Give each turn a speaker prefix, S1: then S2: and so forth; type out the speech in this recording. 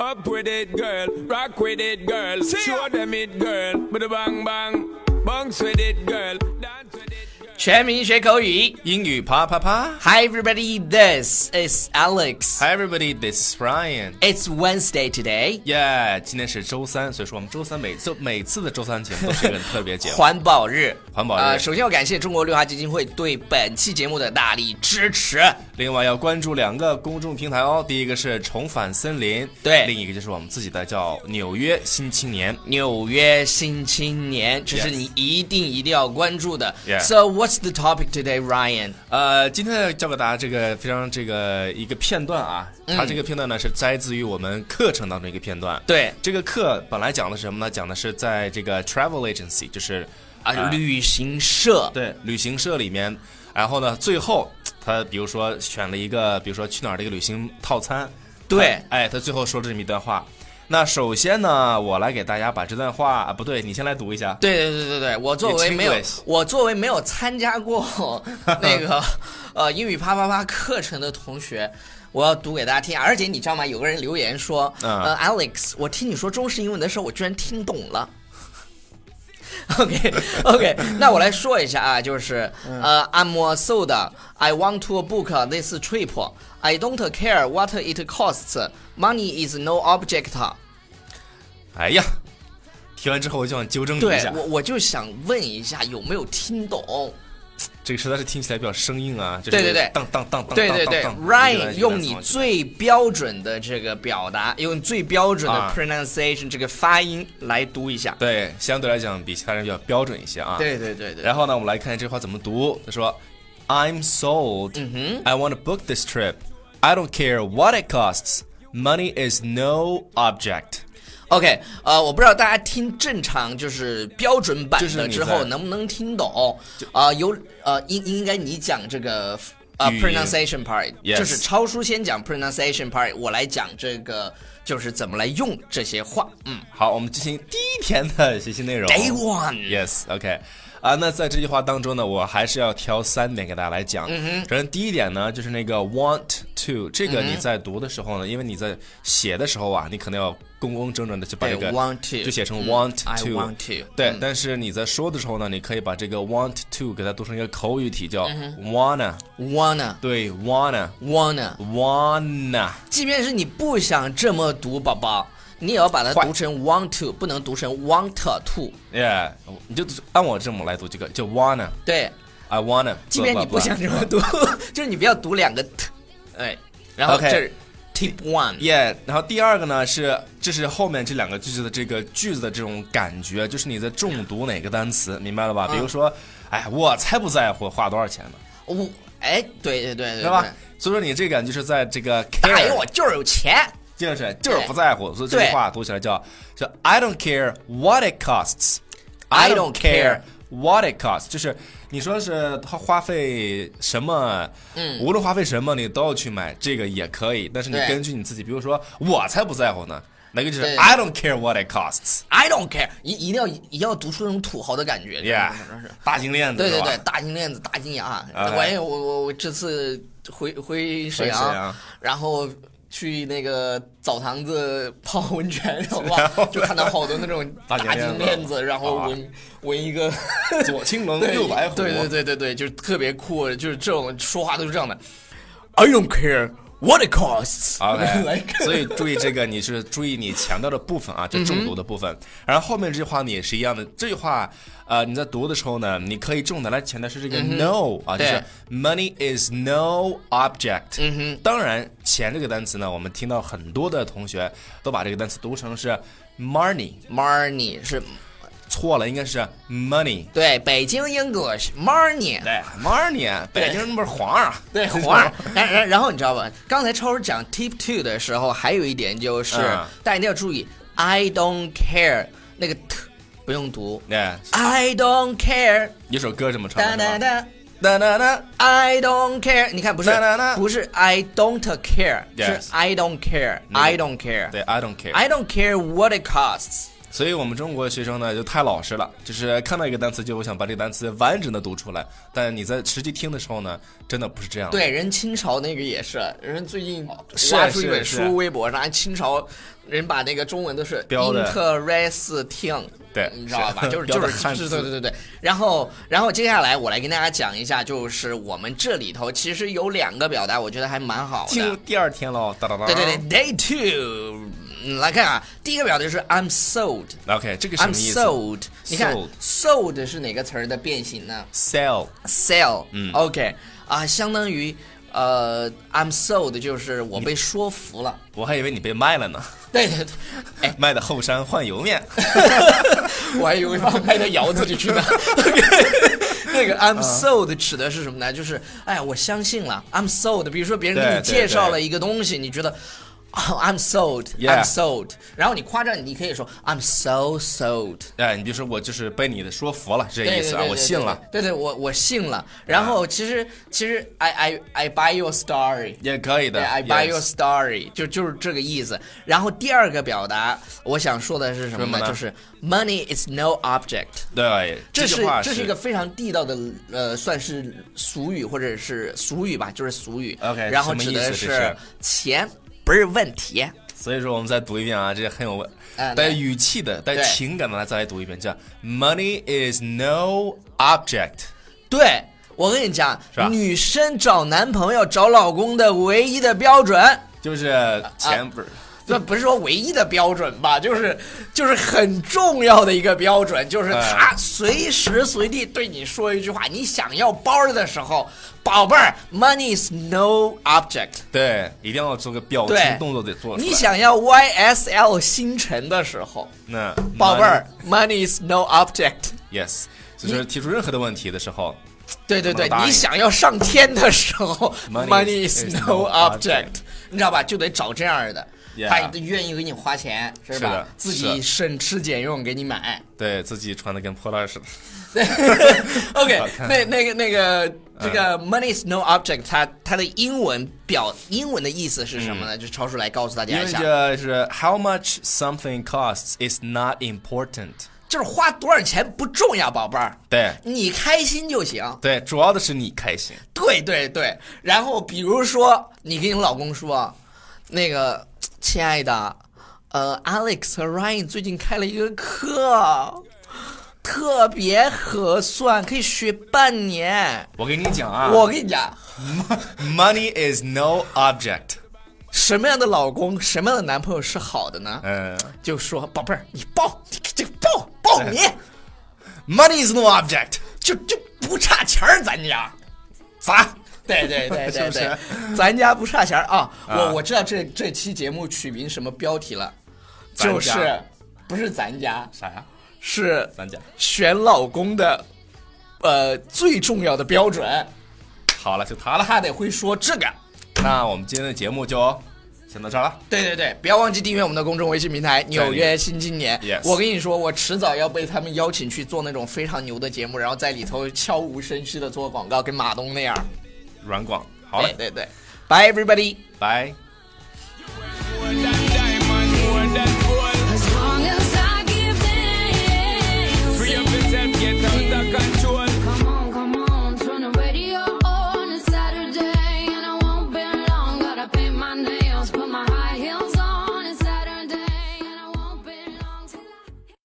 S1: Up with it, girl. Rock with it, girl. Show them it, girl. Bada bang bang. Bounce with it, girl. Dance with it, girl.
S2: 全民学口语。
S3: 英语啪啪啪
S2: Hi everybody, this is Alex.
S3: ！Hi everybody, this is Ryan.
S2: It's Wednesday today.
S3: 耶、今天是周三，所以说我们周三每次每次的周三节目都是一个特别节目。
S2: 环保日，
S3: 环保日
S2: 呃首先要感谢中国绿化基金会对本期节目的大力支持。
S3: 另外要关注两个公众平台哦，第一个是重返森林，
S2: 对
S3: 另一个就是我们自己的叫纽约新青年。
S2: 纽约新青年，这是
S3: Yes
S2: 你一定一定要关注的。
S3: Yeah
S2: So what's the topic today, Ryan?
S3: 呃，今天要教给大家这个非常这个一个片段啊，它这个片段呢是摘自于我们课程当中一个片段。
S2: 嗯对
S3: 这个课本来讲的是什么呢？讲的是在这个 travel agency，就是
S2: 啊，旅行社。
S3: 呃对，旅行社里面，然后呢，最后他比如说选了一个，比如说去哪儿的一个旅行套餐，
S2: 对
S3: 他哎，他最后说了这么一段话。那首先呢，我来给大家把这段话，啊、不对，你先来读一下。
S2: 对对对对对，我作为没有
S3: It's English
S2: 我作为没有参加过 那个呃英语啪啪啪课程的同学，我要读给大家听。而且你知道吗？有个人留言说，
S3: 嗯
S2: 呃，Alex，我听你说中式英文的时候，我居然听懂了。OK OK，那我来说一下啊，就是
S3: 嗯
S2: 呃、i m a soda, I want to book this trip. I don't care what it costs. Money is no object.
S3: 哎呀，听完之后我就想纠正你一
S2: 对
S3: 下，
S2: 我我就想问一下，有没有听懂？
S3: 这个实在是听起来比较生硬啊。就是、
S2: 对对对
S3: 当当当当当当当。
S2: 对对对
S3: 一个
S2: ，Ryan
S3: 人
S2: 用
S3: 一
S2: 你
S3: 个人
S2: 最标准的这个表达，用最标准的
S3: 啊
S2: pronunciation 这个发音来读一下。
S3: 对相对来讲比其他人比较标准一些啊。。
S2: 对对对对，
S3: 然后呢，我们来看这句话怎么读。他说：“I'm sold. I want to book this trip. I don't care what it costs. Money is no object.”
S2: OK，呃，我不知道大家听正常就是标准版
S3: 就是
S2: 的
S3: 你
S2: 之后
S3: 在
S2: 能不能听懂？啊、有呃，应应该你讲这个呃
S3: 语音
S2: pronunciation part，、
S3: Yes
S2: 就是超叔先讲 pronunciation part，我来讲这个就是怎么来用这些话。嗯
S3: 好，我们进行第一天的学习内容。
S2: ，Day one。
S3: Yes, OK，啊，那在这句话当中呢，我还是要挑三点给大家来讲。
S2: 嗯
S3: 首先，第一点呢，就是那个 want to，这
S2: 嗯
S3: 个你在读的时候呢，因为你在写的时候啊，你可能要工工整整的去把这个
S2: 对，want to 嗯
S3: 就写成 want
S2: I
S3: to，
S2: want to，嗯
S3: 对，但是你在说的时候呢，你可以把这个 want to 给它读成一个口语体，
S2: 嗯
S3: 叫 wanna，
S2: Wanna
S3: 对，wanna。
S2: wanna。
S3: wanna
S2: 即便是你不想这么读，宝宝，你也要把它
S3: 坏
S2: 读成 want to，不能读成 want to。
S3: yeah，你就按我这么来读这个，就 wanna
S2: 对，
S3: I wanna，
S2: 即便你不想这么读， 就是你不要读两个 t，哎，然后
S3: OK
S2: 这是 tip one。
S3: Yeah，然后第二个呢是，这是后面这两个句子的这个句子的这种感觉，就是你在中毒哪个单词，明白了吧？比
S2: 嗯
S3: 如说，哎，我才不在乎花多少钱呢，
S2: 我哎，对对对对
S3: 对吧？所以说你这个就是在这个
S2: 对，打赢
S3: care，
S2: 我就是有钱。
S3: 就是就是不在乎，所以这句
S2: 对
S3: 话读起来叫叫 I don't care what it costs，I
S2: I don't care
S3: what it costs，就是你说是他花费什么，嗯，无论花费什么，你都要去买，这个也可以，但是你
S2: 对
S3: 根据你自己，比如说我才不在乎呢，那个就是
S2: 对
S3: I don't care what it costs，yeah，
S2: I don't care，一一定要一定要读出那种土豪的感觉。就是
S3: 大金链子，
S2: 对
S3: 是
S2: 对
S3: 吧
S2: 对，大金链子、大金牙。
S3: 哎
S2: 我也我我我这次回回沈
S3: 回沈
S2: 阳
S3: 阳，
S2: 然后去那个澡堂子泡 温泉，哇，就看到好多那种
S3: 大
S2: 大
S3: 金链
S2: 金
S3: 子
S2: 链子，然后
S3: 哇
S2: 闻闻一个
S3: 左青龙
S2: 对
S3: 右白虎，
S2: 对对对对对，就是特别酷，就是这种说话都是这样的。I don't care what it costs。
S3: OK，
S2: 来
S3: 所以注意这个，你是注意你强调的部分啊，就中毒的部分。然后后面这句话呢也是一样的，这句话呃你在读的时候呢，你可以重点来强调是这个 no 啊，就
S2: 对
S3: 是 money is no object。嗯哼，当然钱这个单词呢，我们听到很多的同学都把这个单词读成是 money，
S2: ，Money 是
S3: 错了，应该是 money。
S2: 对北京 English Money。
S3: 对，money，啊北京人不是皇上啊，
S2: 对，
S3: 就是
S2: 皇上。然然然后你知道吧？刚才超叔讲 tip two 的时候，还有一点就是，
S3: 嗯
S2: 大家一定要注意，I don't care 那个 t 不用读
S3: 对，
S2: ，I don't care
S3: 有首歌这么唱
S2: 哒
S3: 的
S2: 哒
S3: 是吧，
S2: 哒
S3: 哒哒哒。
S2: ，I don't care。你看不是
S3: 哒哒哒
S2: 不是 I don't care，
S3: Yes
S2: 是 I don't care，I don't care，I
S3: 对，I don't care。
S2: don't care what it costs。
S3: 所以我们中国学生呢就太老实了，就是看到一个单词就我想把这个单词完整的读出来，但你在实际听的时候呢，真的不是这样的。
S2: 对，人清朝那个也是，人最近
S3: 是
S2: 挖出一
S3: 是
S2: 本
S3: 是
S2: 书，微博上清朝人把那个中文都是
S3: 标的
S2: interesting，
S3: 对
S2: 你知道吧？
S3: 是
S2: 就是
S3: 标
S2: 就
S3: 的
S2: 是
S3: 汉
S2: 是
S3: 字
S2: 对对对对。然后然后接下来我来跟大家讲一下，就是我们这里头其实有两个表达，我觉得还蛮好
S3: 进入
S2: 的。
S3: 第二天喽，哒哒哒。
S2: 对对对，Day Two，嗯来看啊，第一个表达就是 I'm sold。
S3: OK，这个什
S2: I'm
S3: 么意思
S2: sold，你看
S3: Sold
S2: sold 是哪个词儿的变形呢？
S3: ？Sell
S2: sell，嗯，OK，啊，相当于呃，I'm sold，就是我被说服了。
S3: 我还以为你被卖了呢，
S2: 对对对，哎，
S3: 卖的后山换油面。
S2: 我还以为把我卖到窑子里去呢。 那个
S3: 嗯
S2: I'm sold 指的是什么呢？就是哎，我相信了，I'm sold。比如说别人给你
S3: 对对
S2: 介绍了
S3: 对
S2: 一个东西，你觉得。哦 I'm sold, I'm
S3: Yeah
S2: sold。然后你夸张，你可以说 I'm so sold。
S3: 哎，你比如说我就是被你的说服了，是这
S2: 对
S3: 意思啊，
S2: 对对
S3: 我信
S2: 对
S3: 了。
S2: 对对，我我信了。然后其实其实 I I I buy your story。
S3: 也可以的
S2: 对，I buy your
S3: yes
S2: story，就就是这个意思。然后第二个表达，我想说的是什么
S3: 什么
S2: 呢？
S3: 呢
S2: 就是 money is no object，
S3: 对，
S2: 这
S3: 句
S2: 是
S3: 话
S2: 这是一个非常地道的呃，算是俗语或者是俗语吧，就是俗语。
S3: OK，
S2: 然后
S3: 什么
S2: 指
S3: 意
S2: 的
S3: 思这是
S2: 钱不是问题。
S3: 所以说我们再读一遍啊，这很有问
S2: 嗯
S3: 带
S2: 对
S3: 语气的、带
S2: 对
S3: 情感的来再来读一遍，叫 Money is no object。
S2: 对我跟你讲
S3: 是吧，
S2: 女生找男朋友找老公的唯一的标准。
S3: 就是
S2: 啊
S3: 钱不是、
S2: 这不是说唯一的标准吧，就是就是很重要的一个标准，就是
S3: 哎
S2: 他随时随地对你说一句话，你想要包的时候，宝贝儿，money is no object。
S3: 对，一定要做个表
S2: 对
S3: 情动作得 做出来。
S2: 你想要 YSL 星辰的时候，
S3: 那
S2: 宝贝儿，money is no object。
S3: ，yes，就是提出任何的问题的时候，
S2: 对对对
S3: 不能，答应
S2: 你想要上天的时候
S3: Money
S2: ，money
S3: is
S2: is
S3: no
S2: no
S3: object
S2: object，你知道吧？就得找这样的
S3: Yeah
S2: 他愿意给你花钱，是
S3: 是
S2: 吧？
S3: 的
S2: 自
S3: 是
S2: 己
S3: 的
S2: 省吃俭用给你买。
S3: 对自己穿的跟破烂似的。
S2: OK，
S3: 好看嗯
S2: 那那个那个这个 money is no object，它它的英文表英文的意思是什么呢？就超叔来告诉大
S3: 嗯因
S2: 家一
S3: 为
S2: 下，
S3: 这是 How much something costs is not important。
S2: 就是花多少钱不重要，宝贝儿，
S3: 对
S2: 你开心就行。
S3: 对，主要的是你开心。
S2: 对对对，然后比如说你跟你老公说，那个亲爱的，呃，Alex 和 Ryan 最近开了一个课，特别合算，可以学半年。
S3: 我跟你讲啊，
S2: 我跟你讲，
S3: Money is no object。
S2: 什么样的老公，什么样的男朋友是好的呢？
S3: 嗯
S2: 就说宝贝儿，你抱，你这个抱抱你，
S3: 哎，Money is no object。
S2: 就就不差钱儿，咱家。
S3: 砸。
S2: 对 对对
S3: 是
S2: 对
S3: 不是
S2: 对，咱家不差钱儿啊！
S3: 啊
S2: 我我知道这这期节目取名什么标题了，
S3: 咱家
S2: 就是不是咱家，
S3: 啥呀？
S2: 是
S3: 咱家。
S2: 选老公的呃最重要的标准，
S3: 好了，就他了。
S2: 他得会说这个。
S3: 那我们今天的节目就先到这儿了。
S2: 对对对，不要忘记订阅我们的公众微信平台《纽约新青年》。
S3: Yes
S2: 我跟你说，我迟早要被他们邀请去做那种非常牛的节目，然后在里头悄无声息的做广告，跟马东那样。
S3: 软广，好嘞，
S2: 哎对对对，Bye everybody。
S3: 拜。
S1: Well, that